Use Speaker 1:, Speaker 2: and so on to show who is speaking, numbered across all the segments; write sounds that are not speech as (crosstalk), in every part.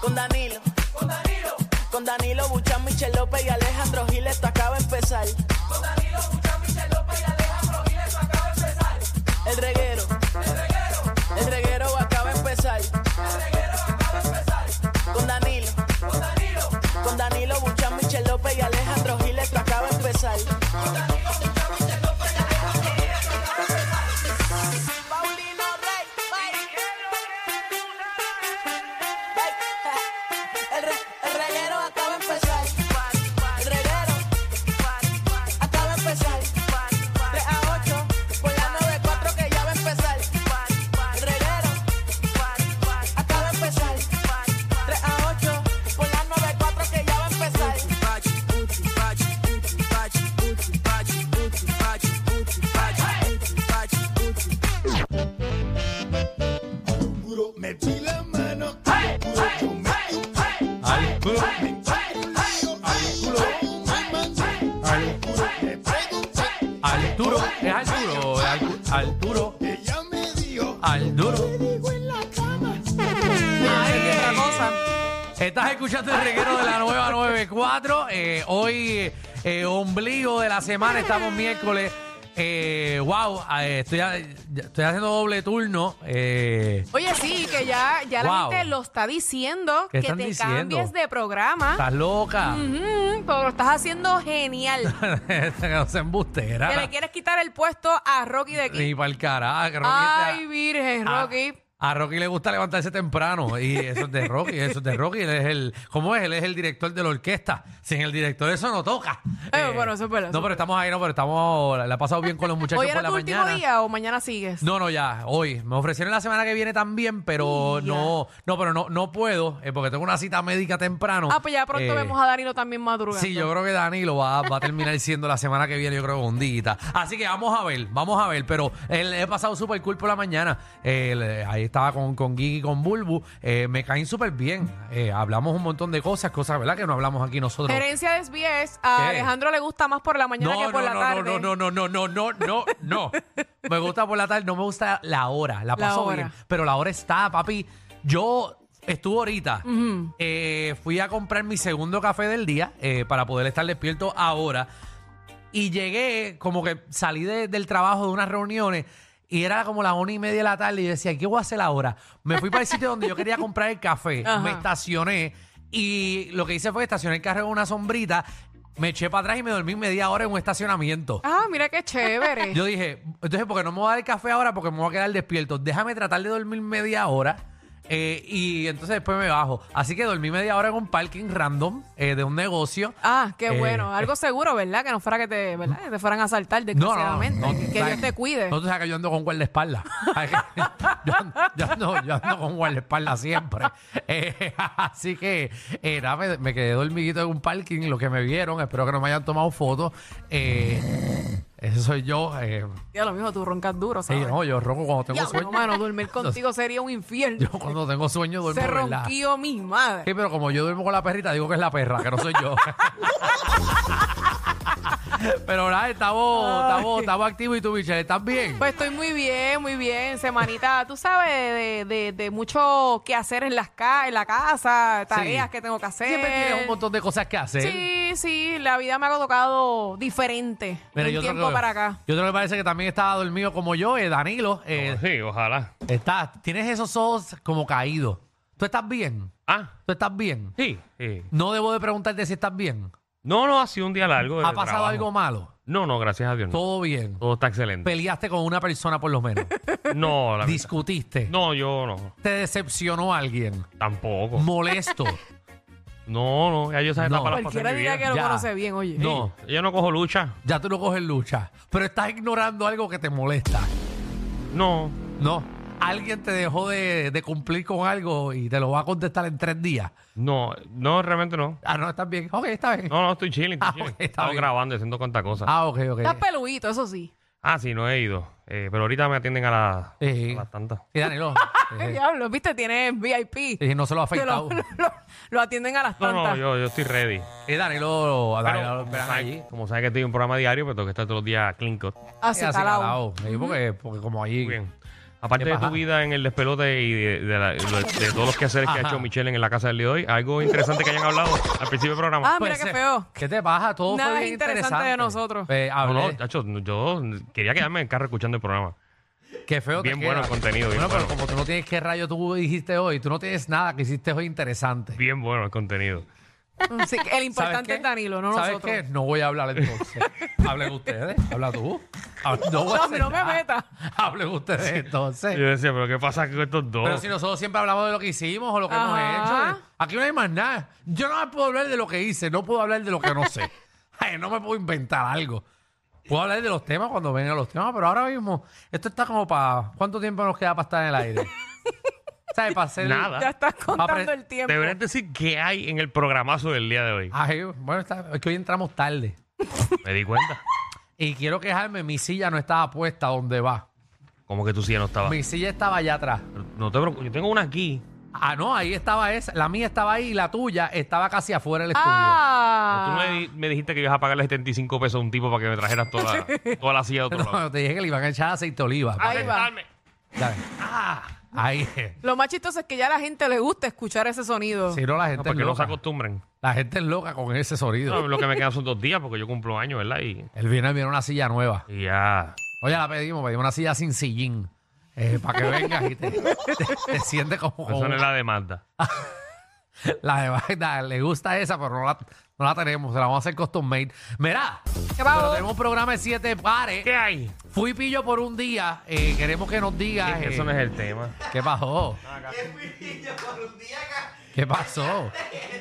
Speaker 1: Con Danilo. Con Danilo. Con Danilo Buchan, Michel López y Alejandro Gil, esto acaba de empezar. Con Danilo Buchan, Michel López y Alejandro Gil, esto acaba de empezar. El reguero. El reguero. El reguero acaba de empezar. El reguero acaba de empezar. Con Danilo. Con Danilo. Con Danilo Buchan, Michel López y Alejandro Gil, esto acaba de empezar. Con Danilo Buchan, Michel López y Alejandro Gil, esto acaba de empezar. Paulino Rey. El, re- el reguero acaba de empezar. El reguero acaba de empezar. 3 a 8 por la 94 que ya va a empezar. El reguero acaba de empezar. 3 a 8 por la 94 que ya va a empezar.
Speaker 2: Puro metí la mano al culo, yo metí un
Speaker 3: Al culo,
Speaker 2: tiro al culo, un mamazo
Speaker 3: al
Speaker 2: puro. Le pregunté,
Speaker 3: al duro, es al duro, al, cu- al duro,
Speaker 2: ella me dijo,
Speaker 3: al duro.
Speaker 2: digo en la cama.
Speaker 3: otra cosa. Estás escuchando el reguero de la nueva 94. Eh, hoy, eh, ombligo de la semana, estamos miércoles. Eh, wow, eh, estoy, a- estoy haciendo doble turno. Eh,
Speaker 4: Oye, sí, que ya, ya
Speaker 3: Wow.
Speaker 4: la gente lo está diciendo,
Speaker 3: ¿Qué
Speaker 4: que te
Speaker 3: están diciendo?
Speaker 4: cambies de programa,
Speaker 3: estás loca.
Speaker 4: Mm.
Speaker 3: (laughs)
Speaker 4: Ujú, porque lo estás haciendo genial.
Speaker 3: no se embustera.
Speaker 4: que le quieres quitar el puesto a Rocky de aquí.
Speaker 3: Ni para el carajo. Rocky
Speaker 4: Ay,
Speaker 3: está- Ah,
Speaker 4: virgen,
Speaker 3: a-
Speaker 4: Rocky.
Speaker 3: A Rocky le gusta levantarse temprano y eso es de Rocky, eso es de Rocky. Él es el, ¿cómo es? Él es el director de la orquesta. Sin el director eso no toca.
Speaker 4: Eh, bueno, eso es verdad, eso
Speaker 3: No, pero estamos ahí, no, pero estamos, la la he pasado bien con los muchachos
Speaker 4: ¿Hoy
Speaker 3: por
Speaker 4: era
Speaker 3: la
Speaker 4: tu último
Speaker 3: mañana.
Speaker 4: día o mañana sigues?
Speaker 3: No, no, ya, hoy. Me ofrecieron la semana que viene también, pero
Speaker 4: Ya.
Speaker 3: no, no, pero no, no puedo, eh, porque tengo una cita médica temprano.
Speaker 4: Ah, pues ya pronto
Speaker 3: Eh,
Speaker 4: vemos a Danilo también madrugando.
Speaker 3: Sí, yo creo que Danilo va, va a terminar (laughs) siendo la semana que viene, yo creo, bondita. Así que vamos a ver, vamos a ver. Pero él, he pasado súper cool por la mañana. Eh, le- ahí estaba con, con Gigi y con Bulbu. Eh, me caen súper bien. Eh, hablamos un montón de cosas, cosas, ¿verdad? Que no hablamos aquí nosotros.
Speaker 4: Gerencia de SBS, a
Speaker 3: ¿Qué?
Speaker 4: Alejandro le gusta más por la mañana que
Speaker 3: No, no,
Speaker 4: por la tarde.
Speaker 3: no, no, no, no, no, no, no, no, no. Me gusta por la tarde, no me gusta la hora. La
Speaker 4: La
Speaker 3: paso
Speaker 4: hora.
Speaker 3: bien. Pero la hora está, papi. Yo estuve ahorita.
Speaker 4: Mm.
Speaker 3: eh, fui a comprar mi segundo café del día eh, para poder estar despierto ahora. Y llegué, como que salí de- del trabajo de unas reuniones. Y era como las una y media de la tarde y yo decía, ¿qué voy a hacer ahora? Me fui para el sitio donde yo quería comprar el café.
Speaker 4: Ajá.
Speaker 3: Me estacioné y lo que hice fue estacionar el carro en una sombrita. Me eché para atrás y me dormí media hora en un estacionamiento.
Speaker 4: Ah, mira qué
Speaker 3: (laughs)
Speaker 4: chévere.
Speaker 3: Yo dije, entonces, porque no me voy a dar el café ahora? Porque me voy a quedar despierto. Déjame tratar de dormir media hora. eh, y entonces después me bajo. Así que dormí media hora en un parking random eh, de un negocio.
Speaker 4: Ah, qué
Speaker 3: Eh,
Speaker 4: bueno. Algo seguro, ¿verdad? Que no fuera que te, ¿verdad? Que te fueran a asaltar, desgraciadamente. que
Speaker 3: sabes-
Speaker 4: Dios te cuide.
Speaker 3: No, tú sabes que yo ando con guardaespaldas. Ay, (laughs) que- yo, ando- yo ando, yo ando con guardaespaldas siempre. (laughs) Eh, así que eh, nada, me, me quedé dormidito en un parking, lo que me vieron. Espero que no me hayan tomado fotos. Eh, ese soy yo. eh,
Speaker 4: Ya lo mismo, tú roncas duro,
Speaker 3: sí,
Speaker 4: ¿sabes?
Speaker 3: no, yo roco cuando tengo
Speaker 4: Ya,
Speaker 3: sueño. (laughs)
Speaker 4: mano, dormir contigo sería un infierno.
Speaker 3: Yo cuando tengo sueño duermo,
Speaker 4: Se
Speaker 3: ¿verdad?
Speaker 4: ronquió mi
Speaker 3: Sí,
Speaker 4: madre.
Speaker 3: pero como yo duermo con la perrita, digo que es la perra, que no soy
Speaker 4: (laughs)
Speaker 3: yo. pero nada, estamos, estamos, estamos activos y tú, Michelle, ¿estás bien?
Speaker 4: Pues estoy muy bien, muy bien. Semanita, tú sabes, de, de, de mucho que hacer en, las ca en la casa, tareas
Speaker 3: Sí.
Speaker 4: que tengo que hacer.
Speaker 3: Siempre tienes un montón de cosas que hacer.
Speaker 4: Sí, sí, la vida me ha tocado diferente
Speaker 3: Mira,
Speaker 4: de un tiempo para acá.
Speaker 3: Yo creo que parece que también estaba dormido como yo, eh, Danilo. eh,
Speaker 5: Sí, ojalá.
Speaker 3: estás- tienes esos ojos como caídos. ¿Tú estás bien?
Speaker 5: Ah,
Speaker 3: ¿Tú estás bien?
Speaker 5: sí, sí.
Speaker 3: No debo de preguntarte si estás bien.
Speaker 5: No, no, ha sido un día largo. de
Speaker 3: ¿Ha pasado
Speaker 5: Pues, trabajo.
Speaker 3: algo malo?
Speaker 5: No, no, gracias a Dios. no.
Speaker 3: Todo bien.
Speaker 5: Todo está excelente.
Speaker 3: Peleaste con una persona por lo
Speaker 5: (laughs)
Speaker 3: menos.
Speaker 5: No, la verdad.
Speaker 3: Discutiste.
Speaker 5: No, yo no.
Speaker 3: Te decepcionó alguien.
Speaker 5: Tampoco. (laughs)
Speaker 3: Molesto.
Speaker 5: No, no, ya yo sabía
Speaker 3: No.
Speaker 5: para las
Speaker 4: Cualquiera
Speaker 5: cosas
Speaker 4: diría que
Speaker 5: que
Speaker 4: lo
Speaker 3: Ya.
Speaker 4: conoce bien, oye.
Speaker 3: No.
Speaker 5: No, yo no cojo lucha.
Speaker 3: ya tú no coges lucha. Pero estás ignorando algo que te molesta.
Speaker 5: No.
Speaker 3: No. Alguien te dejó de, de cumplir con algo y te lo va a contestar en tres días.
Speaker 5: No, no, realmente no.
Speaker 3: Ah, no, estás bien. Ok, está bien.
Speaker 5: No, no, estoy chilling. Estoy
Speaker 3: Ah,
Speaker 5: chilling.
Speaker 3: ok, está
Speaker 5: Estamos
Speaker 3: bien.
Speaker 5: grabando y haciendo cuantas cosas. Ah.
Speaker 3: Ah, ok, ok.
Speaker 4: Estás peluito, eso sí.
Speaker 5: sí, no he ido. Eh, pero ahorita me atienden a, la-
Speaker 3: Sí.
Speaker 5: a las tantas.
Speaker 3: Sí,
Speaker 4: (laughs)
Speaker 3: Danilo. eh,
Speaker 4: Diablo, viste, tienes VIP.
Speaker 3: eh, no se lo ha
Speaker 4: Que
Speaker 3: afectado.
Speaker 4: (laughs) lo, lo- lo atienden a las
Speaker 5: No, no,
Speaker 4: tantas.
Speaker 5: yo, yo estoy ready.
Speaker 3: Eh, Danilo, a Danilo
Speaker 5: Pero,
Speaker 3: lo
Speaker 5: como,
Speaker 3: esperan allí.
Speaker 5: sabes, como sabes que estoy en
Speaker 4: Ah,
Speaker 5: un programa diario, pero tengo que estar todos los días clean cut.
Speaker 4: Acicalao.
Speaker 3: Eh, así calado. Eh, porque, porque como ahí.
Speaker 5: Muy bien. Aparte
Speaker 3: ¿Qué
Speaker 5: de tu
Speaker 3: pasa?
Speaker 5: vida en el despelote y de, de la- de todos los quehaceres que
Speaker 3: Ajá.
Speaker 5: ha hecho Michelle en la casa del día de hoy, algo interesante que hayan hablado al principio del programa.
Speaker 4: Ah, mira qué
Speaker 3: eh,
Speaker 4: feo.
Speaker 3: ¿Qué te pasa? Todo
Speaker 4: Nada
Speaker 3: fue bien
Speaker 4: interesante
Speaker 3: interesante.
Speaker 4: de nosotros.
Speaker 3: Eh,
Speaker 5: no,
Speaker 3: hablé-
Speaker 5: no, chacho, yo quería quedarme en el carro escuchando el programa.
Speaker 3: Qué feo te
Speaker 5: Bien
Speaker 3: queda.
Speaker 5: bueno el contenido, bien
Speaker 3: Bueno, pero
Speaker 5: bueno.
Speaker 3: como tú no tienes qué rayo tú dijiste hoy, tú no tienes nada que hiciste hoy interesante.
Speaker 5: Bien bueno el contenido.
Speaker 4: Sí, el importante
Speaker 3: qué?
Speaker 4: es Danilo, no
Speaker 3: ¿Sabes
Speaker 4: nosotros.
Speaker 3: qué? No voy a hablar
Speaker 4: (laughs)
Speaker 3: entonces. Hablen ustedes, habla tú. Hab- No, voy a
Speaker 4: No,
Speaker 3: hacer
Speaker 4: no me
Speaker 3: nada.
Speaker 4: metas.
Speaker 3: (laughs) Hablen ustedes entonces.
Speaker 5: Yo decía, pero ¿qué pasa con estos dos?
Speaker 3: Pero si nosotros siempre hablamos de lo que hicimos o lo que
Speaker 4: Ajá.
Speaker 3: hemos hecho. Aquí no hay más nada. Yo no puedo hablar de lo que hice, no puedo hablar de lo que no sé.
Speaker 4: (laughs)
Speaker 3: Ay, no me puedo inventar algo. Puedo hablar de los temas cuando vengan los temas, pero ahora mismo esto está como para... ¿Cuánto tiempo nos queda para estar en el
Speaker 4: (laughs)
Speaker 3: aire? ¿Sabes? Para hacer...
Speaker 5: Nada.
Speaker 4: Ya
Speaker 3: Ah,
Speaker 4: estás contando
Speaker 3: Apre-
Speaker 4: el tiempo.
Speaker 5: Deberías decir qué hay en el programazo del día de hoy.
Speaker 3: Ay, Ah, bueno, está- es que hoy entramos tarde.
Speaker 5: Me di cuenta.
Speaker 3: Y quiero quejarme, mi silla no estaba puesta donde va.
Speaker 5: Como que tú sí ya no estaba.
Speaker 3: Mi silla estaba allá atrás.
Speaker 5: Pero No te preocupes, yo tengo una aquí.
Speaker 3: Ah, no, ahí estaba esa. La mía estaba ahí y la tuya estaba casi afuera del estudio.
Speaker 4: Ah.
Speaker 5: Tú me, di- me dijiste que ibas a pagarle 75 pesos a un tipo para que me
Speaker 3: (laughs)
Speaker 5: trajeras toda, toda la silla de otro lado.
Speaker 3: (laughs) No, te dije que le iban a echar aceite de oliva.
Speaker 5: Ah.
Speaker 4: Ahí va.
Speaker 5: Dame.
Speaker 3: Dale. Ahí es.
Speaker 4: Lo más chistoso es que ya a la gente le gusta escuchar ese sonido.
Speaker 3: Si no, la
Speaker 5: No,
Speaker 3: gente
Speaker 5: para
Speaker 3: es
Speaker 5: que no se
Speaker 3: loca.
Speaker 5: acostumbren.
Speaker 3: la gente es loca con ese
Speaker 5: No,
Speaker 3: sonido.
Speaker 5: lo que me quedan son dos días porque yo cumplo años, ¿verdad? Y,
Speaker 3: El viernes viene una silla nueva.
Speaker 5: y ya.
Speaker 3: Oye, la pedimos, pedimos una silla sin sillín. eh, para que vengas y te, (laughs) te- te sientes como...
Speaker 5: Eso no es la demanda.
Speaker 3: La de Magda, (laughs) le gusta esa, pero no la, no la tenemos. Se la vamos a hacer custom made. Mira,
Speaker 4: ¿Qué pasó?
Speaker 3: pero tenemos un programa de siete pares.
Speaker 5: ¿Qué hay?
Speaker 3: Fui pillo por un día. eh, queremos que nos digas... eh,
Speaker 5: Eso Ah, no es el tema.
Speaker 3: ¿Qué pasó? ¿Qué pasó?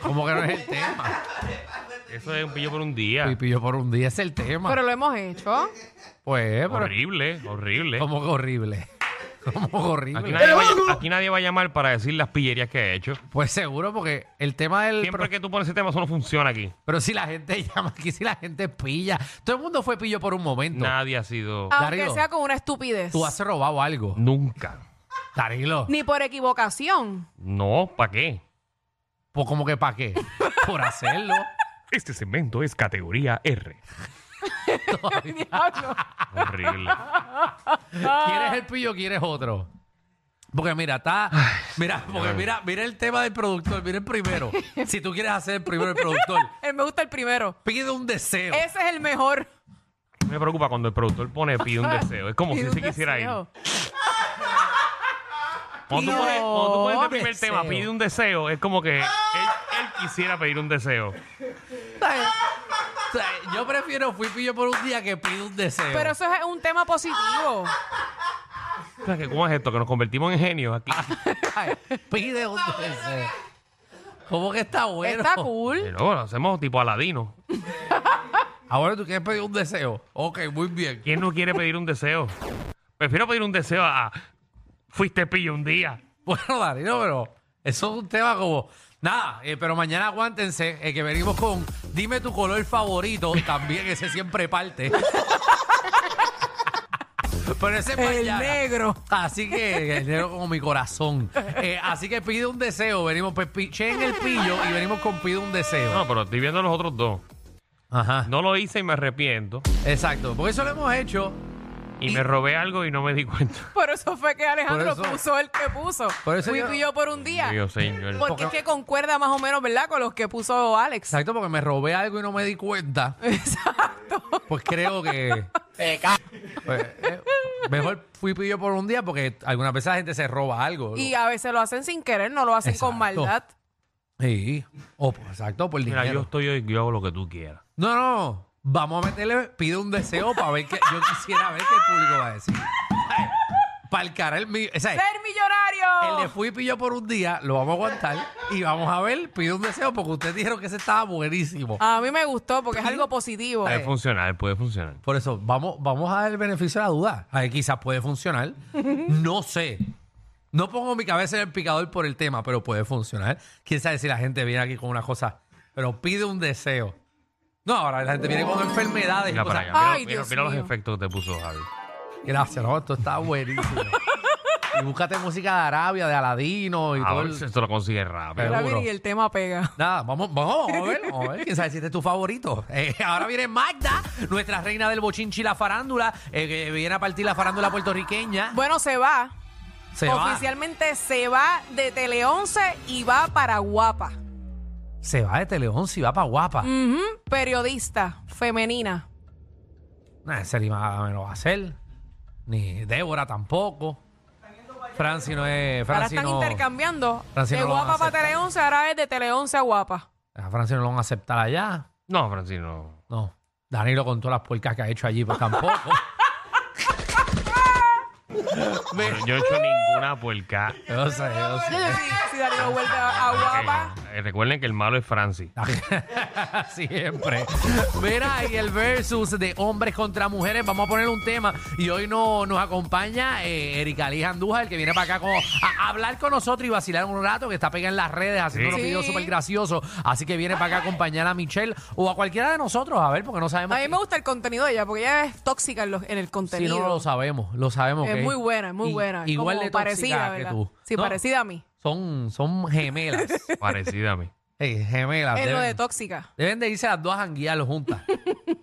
Speaker 3: Como que no es el tema.
Speaker 5: Eso es un pillo por un día.
Speaker 3: Fui pillo por un día es el tema.
Speaker 4: Pero lo hemos hecho.
Speaker 3: pues, pero
Speaker 5: Horrible, horrible.
Speaker 3: como que horrible. (laughs) Como que
Speaker 5: Aquí
Speaker 3: horrible.
Speaker 5: nadie, va, a- aquí nadie va a llamar para decir las pillerías que he hecho.
Speaker 3: Pues seguro, porque el tema del.
Speaker 5: Siempre
Speaker 3: Pero,
Speaker 5: que tú pones ese tema, eso no funciona aquí.
Speaker 3: pero si la gente (laughs) llama aquí, si la gente pilla. Todo el mundo fue pillo por un momento.
Speaker 5: Nadie ha sido.
Speaker 4: Aunque
Speaker 3: Danilo.
Speaker 4: sea con una estupidez.
Speaker 3: Tú has robado algo.
Speaker 5: Nunca.
Speaker 3: Darilo.
Speaker 4: Ni por
Speaker 3: (laughs)
Speaker 4: equivocación.
Speaker 5: No, ¿para qué?
Speaker 3: Pues como que para
Speaker 4: (laughs)
Speaker 3: qué. Por hacerlo. (laughs)
Speaker 5: Este segmento es categoría R.
Speaker 4: Diablo.
Speaker 5: Horrible.
Speaker 3: ¿Quieres el pillo o quieres otro? Porque mira, está. Mira, porque mira, mira el tema del productor. Mira el
Speaker 4: (laughs)
Speaker 3: primero. Si tú quieres hacer el primero el productor,
Speaker 4: Eh, me gusta el primero.
Speaker 3: pide un deseo.
Speaker 4: Ese es el mejor.
Speaker 5: Me preocupa cuando el productor pone pide (laughs) un deseo.
Speaker 4: (laughs)
Speaker 5: Es como
Speaker 4: Pide
Speaker 5: si
Speaker 4: un
Speaker 5: se quisiera ir.
Speaker 4: deseo.
Speaker 5: Cuando tú
Speaker 4: Pide
Speaker 5: pones, cuando tú pones el primer
Speaker 3: deseo.
Speaker 5: tema, pide un deseo, es como que él, él quisiera pedir un deseo.
Speaker 3: ¿Sabes? O sea, Yo prefiero fui pillo por un día que pido un deseo.
Speaker 4: Pero eso es un tema positivo.
Speaker 5: O sea, que, ¿Cómo es esto? Que nos convertimos en genios aquí.
Speaker 4: Ah. (laughs)
Speaker 3: Ay, pide un deseo. ¿Cómo que está bueno?
Speaker 4: Está cool.
Speaker 5: Pero bueno, hacemos tipo Aladino.
Speaker 3: Ahora tú quieres pedir un deseo. Ok, muy bien.
Speaker 5: ¿Quién no quiere pedir un deseo? Prefiero pedir un deseo a fuiste pillo un día.
Speaker 3: (laughs) Bueno, Danilo, pero eso es un tema como. Nada, eh, pero mañana aguántense, eh, que venimos con dime tu color
Speaker 4: (laughs)
Speaker 3: favorito, también ese siempre parte. pero ese es
Speaker 4: El
Speaker 3: mañana.
Speaker 4: negro.
Speaker 3: Así que, el negro como mi corazón. Eh, así que pide un deseo, venimos, pues pichen el pillo y venimos con pide un deseo.
Speaker 5: No, pero estoy viendo los otros dos.
Speaker 3: Ajá.
Speaker 5: No lo hice y me arrepiento.
Speaker 3: Exacto, porque eso lo hemos hecho.
Speaker 5: Y,
Speaker 3: Y-
Speaker 5: me robé algo y no me di cuenta.
Speaker 4: Por eso fue que Alejandro
Speaker 3: Por eso-
Speaker 4: puso el que puso.
Speaker 3: Por eso
Speaker 4: Fui
Speaker 3: yo-
Speaker 4: yo por un día.
Speaker 5: Dios señor.
Speaker 4: Porque es que concuerda más o menos, ¿verdad? Con los que puso Alex.
Speaker 3: Exacto, porque me robé algo y no me di cuenta.
Speaker 4: (laughs) Exacto.
Speaker 3: Pues creo que. Pues, eh, mejor fui pillo por un día porque algunas veces la gente se roba algo.
Speaker 4: Y a veces lo hacen sin querer, no lo hacen con
Speaker 3: Exacto. Eh,
Speaker 4: maldad.
Speaker 3: Sí. O, por- exacto, por
Speaker 5: Mira, yo
Speaker 3: dinero.
Speaker 5: estoy hoy, yo hago lo que tú quieras.
Speaker 3: No, no. Vamos a meterle, pide un deseo para ver que. Yo quisiera ver qué el público va a decir. Para el cara, el mío. o sea,
Speaker 4: ¡Ser
Speaker 3: el de
Speaker 4: millonario!
Speaker 3: fui pillo por un día, lo vamos a aguantar y vamos a ver, pide un deseo porque ustedes dijeron que ese estaba buenísimo.
Speaker 4: A mí me gustó porque es algo positivo.
Speaker 5: Puede funcionar, puede funcionar.
Speaker 3: Por eso, vamos, vamos a dar el beneficio de la duda. A ver, quizás puede funcionar. No sé. No pongo mi cabeza en el picador por el tema, pero puede funcionar. Quién sabe si la gente viene aquí con una cosa, pero pide un deseo. No, ahora la gente viene con enfermedades y
Speaker 5: Mira para
Speaker 3: cosas.
Speaker 5: allá.
Speaker 3: Ah,
Speaker 5: Mira,
Speaker 4: Ay,
Speaker 5: mira-
Speaker 4: Dios
Speaker 5: mira los
Speaker 4: mío.
Speaker 5: efectos que te puso Javi.
Speaker 3: Gracias, no, esto está buenísimo. y búscate música de Arabia, de Aladino y
Speaker 5: A
Speaker 3: todo
Speaker 5: ver
Speaker 3: el-
Speaker 5: si esto lo consigue rápido.
Speaker 4: Mira,
Speaker 3: seguro.
Speaker 4: Viri, el tema pega.
Speaker 3: Nada, vamos, vamos, vamos a ver, vamos a ver. Quién sabe si este es tu favorito. Eh, ahora viene Magda, nuestra reina del bochinchi y la farándula, eh, que viene a partir la farándula puertorriqueña.
Speaker 4: Bueno, se va.
Speaker 3: Se va.
Speaker 4: Oficialmente se va de Tele 11 y va para Guapa.
Speaker 3: Se va de Tele 11 y va para guapa.
Speaker 4: Ujú, Periodista femenina.
Speaker 3: Nah, ese Lima me lo va a hacer. Ni Débora tampoco. Franci no es.
Speaker 4: Ahora
Speaker 3: Franci
Speaker 4: están
Speaker 3: no,
Speaker 4: intercambiando.
Speaker 3: Franci
Speaker 4: de
Speaker 3: no lo van a
Speaker 4: Guapa para
Speaker 3: aceptar.
Speaker 4: Tele 11, ahora es de Tele 11 a Guapa.
Speaker 3: a Franci no lo van a aceptar allá.
Speaker 5: No, Francino.
Speaker 3: No. Danilo con todas las puercas que ha hecho allí, pues
Speaker 4: (laughs)
Speaker 3: tampoco.
Speaker 5: Bueno, yo no he hecho ninguna puerca.
Speaker 3: Yo sé, yo
Speaker 4: (laughs) Yo,
Speaker 3: sé.
Speaker 4: yo, si, si Danilo vuelve a, a Guapa,
Speaker 5: Eh, recuerden que el malo es Francis.
Speaker 3: (laughs) Siempre. Mira, y el versus de hombres contra mujeres. Vamos a poner un tema. Y hoy no, nos acompaña eh, Erika Lija Andújar, que viene para acá con- a, a hablar con nosotros y vacilar un rato, que está pegada en las redes haciendo
Speaker 5: Sí.
Speaker 3: unos
Speaker 4: Sí.
Speaker 3: videos súper graciosos. Así que viene para acá a acompañar a Michelle o a cualquiera de nosotros, a ver, porque no sabemos.
Speaker 4: a mí me gusta el contenido de ella, porque ella es tóxica en, los- en el
Speaker 3: si
Speaker 4: contenido.
Speaker 3: no, no lo sabemos, lo sabemos.
Speaker 4: Es
Speaker 3: ¿ok?
Speaker 4: muy buena, es muy
Speaker 3: Y-
Speaker 4: buena. Es
Speaker 3: Igual
Speaker 4: como
Speaker 3: de
Speaker 4: parecida,
Speaker 3: parecida que
Speaker 4: ¿verdad?
Speaker 3: tú.
Speaker 4: Sí,
Speaker 3: No,
Speaker 4: parecida a mí.
Speaker 3: Son, son
Speaker 4: (laughs)
Speaker 3: gemelas.
Speaker 5: Parecida a mí.
Speaker 3: Ey, gemelas.
Speaker 4: Es lo
Speaker 3: deben-
Speaker 4: de tóxica.
Speaker 3: Deben de irse las dos a janguear
Speaker 4: (laughs)
Speaker 3: juntas.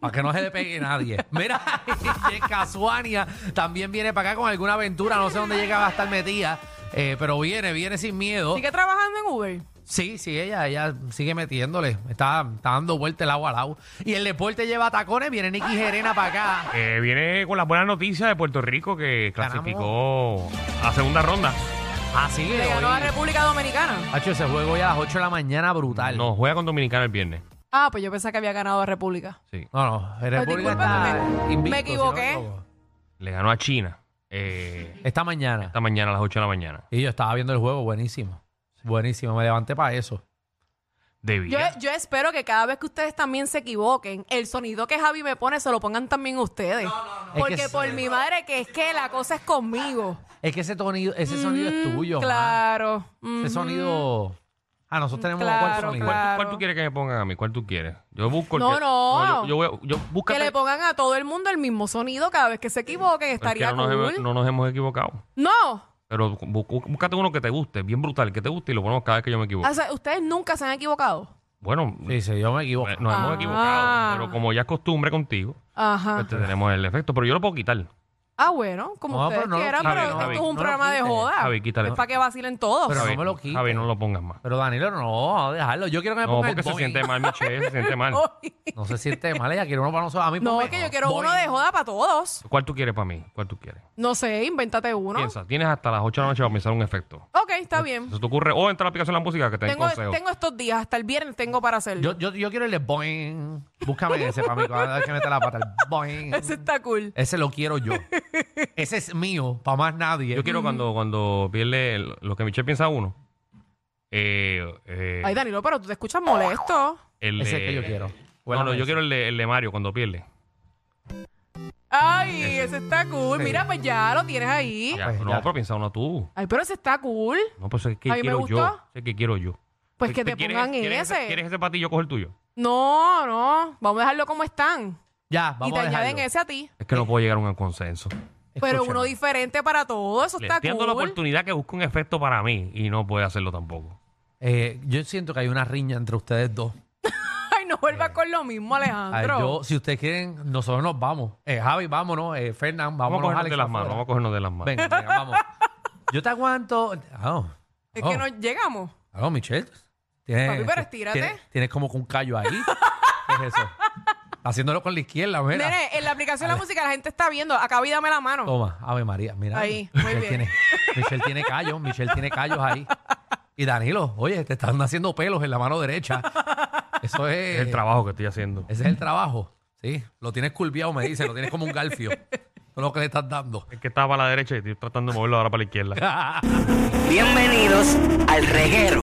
Speaker 3: para que no se le pegue nadie. Mira, (laughs) Casuania también viene para acá con alguna aventura. No sé dónde llega, va a estar metida. eh, pero viene, viene sin miedo.
Speaker 4: Sigue trabajando en Uber.
Speaker 3: Oh. Sí, sí, ella, ella sigue metiéndole. Está, está dando vuelta el agua al agua. Y el deporte lleva tacones. Viene Nicky Gerena para acá.
Speaker 5: Eh, viene con las buenas noticias de Puerto Rico que
Speaker 3: Ganamos.
Speaker 5: clasificó a segunda ronda.
Speaker 3: Así que.
Speaker 4: Le ganó a
Speaker 3: hoy-
Speaker 4: República Dominicana.
Speaker 3: Hacho, ese juego ya a las 8 de la mañana, brutal.
Speaker 5: No, juega con Dominicana el viernes.
Speaker 4: Ah, pues yo pensaba que había ganado a República.
Speaker 5: Sí.
Speaker 3: No, no. el República
Speaker 4: discúlpame,
Speaker 3: está
Speaker 4: me-
Speaker 3: invicto,
Speaker 4: me
Speaker 3: si no
Speaker 4: equivoqué.
Speaker 3: equivoco.
Speaker 5: Le ganó a China eh,
Speaker 3: Esta mañana.
Speaker 5: esta mañana a las 8 de la mañana.
Speaker 3: Y yo estaba viendo el juego, buenísimo. Buenísimo, me levanté para eso. Pues
Speaker 4: Yo,
Speaker 5: Debía.
Speaker 4: yo espero que cada vez que ustedes también se equivoquen, el sonido que Javi me pone se lo pongan también ustedes.
Speaker 3: no.
Speaker 4: Porque
Speaker 3: Es que
Speaker 4: por
Speaker 3: sí.
Speaker 4: mi madre, que es que la cosa es conmigo.
Speaker 3: Es que ese, tonido, ese sonido es tuyo. ma.
Speaker 4: Claro. Ujú.
Speaker 3: Ese sonido. Ah, nosotros tenemos
Speaker 4: Claro,
Speaker 3: cuál sonido.
Speaker 5: ¿Cuál, tú- cuál
Speaker 4: claro.
Speaker 5: tú quieres que me pongan a mí? ¿Cuál tú quieres? Yo busco el
Speaker 4: No,
Speaker 5: que-
Speaker 4: no.
Speaker 5: yo, yo voy a- yo-
Speaker 4: Que
Speaker 5: búscate-
Speaker 4: le pongan a todo el mundo el mismo sonido cada vez que se equivoquen,
Speaker 5: Pero es que
Speaker 4: estaría
Speaker 5: no, nos hemos,
Speaker 4: cool.
Speaker 5: no nos hemos equivocado.
Speaker 4: No.
Speaker 5: Pero bu- bu- búscate uno que te guste, bien brutal, que te guste y lo ponemos cada vez que yo me equivoco.
Speaker 4: O sea, ustedes nunca se han equivocado.
Speaker 5: Bueno,
Speaker 3: Sí, sí, yo me equivoco.
Speaker 5: eh, nos hemos
Speaker 4: Ah.
Speaker 5: equivocado, pero como ya es costumbre contigo,
Speaker 4: Ajá.
Speaker 3: Ah.
Speaker 5: pues te tenemos el efecto. Pero yo lo puedo quitar.
Speaker 4: Ah, bueno, como
Speaker 3: No,
Speaker 4: ustedes
Speaker 3: pero no lo
Speaker 4: quieran,
Speaker 5: quiten,
Speaker 4: pero
Speaker 5: Javi,
Speaker 4: esto es un
Speaker 3: no lo
Speaker 4: programa de
Speaker 3: quiten.
Speaker 4: joda.
Speaker 5: Javi, quítale.
Speaker 4: Es para que vacilen todos. (laughs)
Speaker 3: Pero
Speaker 5: Javi,
Speaker 3: no me lo quites.
Speaker 5: Javi, no lo pongas más.
Speaker 3: Pero Danilo, no, déjalo. Yo quiero que me
Speaker 5: No,
Speaker 3: ponga el
Speaker 5: porque se
Speaker 3: Boeing.
Speaker 5: siente mal, Michelle, se siente mal.
Speaker 3: (laughs) No se siente mal, ella quiere uno para nosotros. A mí
Speaker 4: no,
Speaker 3: ponme-
Speaker 4: es que yo quiero
Speaker 3: Boeing.
Speaker 4: uno de joda para todos.
Speaker 5: ¿Cuál tú quieres para mí? ¿Cuál tú quieres?
Speaker 4: No sé, invéntate uno.
Speaker 5: Piensa, tienes hasta las 8 de la noche para pensar un efecto.
Speaker 4: Ok, está
Speaker 3: Mm.
Speaker 4: bien.
Speaker 5: Se te ocurre, o entra a la aplicación de la música que te den
Speaker 4: Tengo,
Speaker 5: consejos.
Speaker 4: tengo estos días, hasta el viernes tengo para hacerlo.
Speaker 3: Yo, yo, yo quiero el de Boing. Búscame ese para mí. Cada vez que mete la pata, el Boing.
Speaker 4: (laughs) (laughs) Ese está cool.
Speaker 3: Ese lo quiero yo. Ese es mío, para más nadie.
Speaker 5: Yo quiero cuando, cuando pierde el- lo que Michelle piensa uno. Eh, eh,
Speaker 4: Ay, Danilo, pero tú te escuchas molesto.
Speaker 5: el
Speaker 3: Ese
Speaker 5: de-
Speaker 3: que yo quiero.
Speaker 5: No, no,
Speaker 3: Huélame
Speaker 5: yo
Speaker 3: ese.
Speaker 5: quiero el de, el de Mario cuando pierde.
Speaker 4: Ay, ese está cool.
Speaker 3: Sí.
Speaker 4: Mira, pues ya lo tienes ahí.
Speaker 5: Ya,
Speaker 3: pues,
Speaker 5: no,
Speaker 3: ya.
Speaker 5: pero piensa uno tú.
Speaker 4: Ay, pero ese está cool.
Speaker 5: No, pues es que
Speaker 4: A mí me
Speaker 5: quiero
Speaker 4: gustó.
Speaker 5: yo. Es que quiero yo.
Speaker 4: Pues que
Speaker 5: ¿Tú
Speaker 4: te
Speaker 5: quieres-
Speaker 4: pongan
Speaker 5: quieres
Speaker 4: ese.
Speaker 5: ¿Quieres ese patillo coger el tuyo?
Speaker 4: No, no. Vamos a dejarlo como están.
Speaker 3: Ya, vamos
Speaker 4: y te
Speaker 3: a dejarlo.
Speaker 4: añaden ese a ti.
Speaker 5: Es que no puedo llegar a
Speaker 4: (laughs)
Speaker 5: un consenso.
Speaker 4: Pero
Speaker 3: Escúchame.
Speaker 4: uno diferente para todos. Eso
Speaker 5: Le
Speaker 4: está
Speaker 5: estoy dando la
Speaker 4: cool.
Speaker 5: oportunidad que busque un efecto para mí y no puede hacerlo tampoco.
Speaker 3: Eh, yo siento que hay una riña entre ustedes dos.
Speaker 4: Ay, no vuelvas con lo mismo,
Speaker 3: A ver,
Speaker 4: Alejandro.
Speaker 3: Eh, yo, si ustedes quieren, nosotros nos vamos. Eh, Javi, vámonos. Eh, Fernán,
Speaker 5: Vamos
Speaker 3: vámonos.
Speaker 5: a cogernos
Speaker 3: Alex,
Speaker 5: de las
Speaker 3: afuera.
Speaker 5: manos, vamos a cogernos de las manos.
Speaker 3: Venga, venga, vamos. Yo te aguanto. Ah, oh.
Speaker 4: Es que no llegamos.
Speaker 3: Ah, oh, Michelle. Tienes,
Speaker 4: Papi, pero estírate.
Speaker 3: Tienes, tienes como que un callo ahí. ¿Qué es eso? Haciéndolo con la izquierda, mira.
Speaker 4: Nene, en la aplicación de la música la gente está viendo. Acá y dame la mano.
Speaker 3: Toma, Ave María, mira.
Speaker 4: Ahí, muy bien.
Speaker 3: Tiene, Michelle tiene callos, Michelle tiene callos ahí. Y Danilo, oye, te están haciendo pelos en la mano derecha. Eso es.
Speaker 5: Es el trabajo que estoy haciendo.
Speaker 3: Ese eh, es el trabajo. Sí, lo tienes curviado, me dice, lo tienes como un garfio. Eso es lo que le estás dando. (laughs)
Speaker 5: Es que estaba para la derecha y estoy tratando de moverlo ahora para la izquierda.
Speaker 1: Bienvenidos al reguero.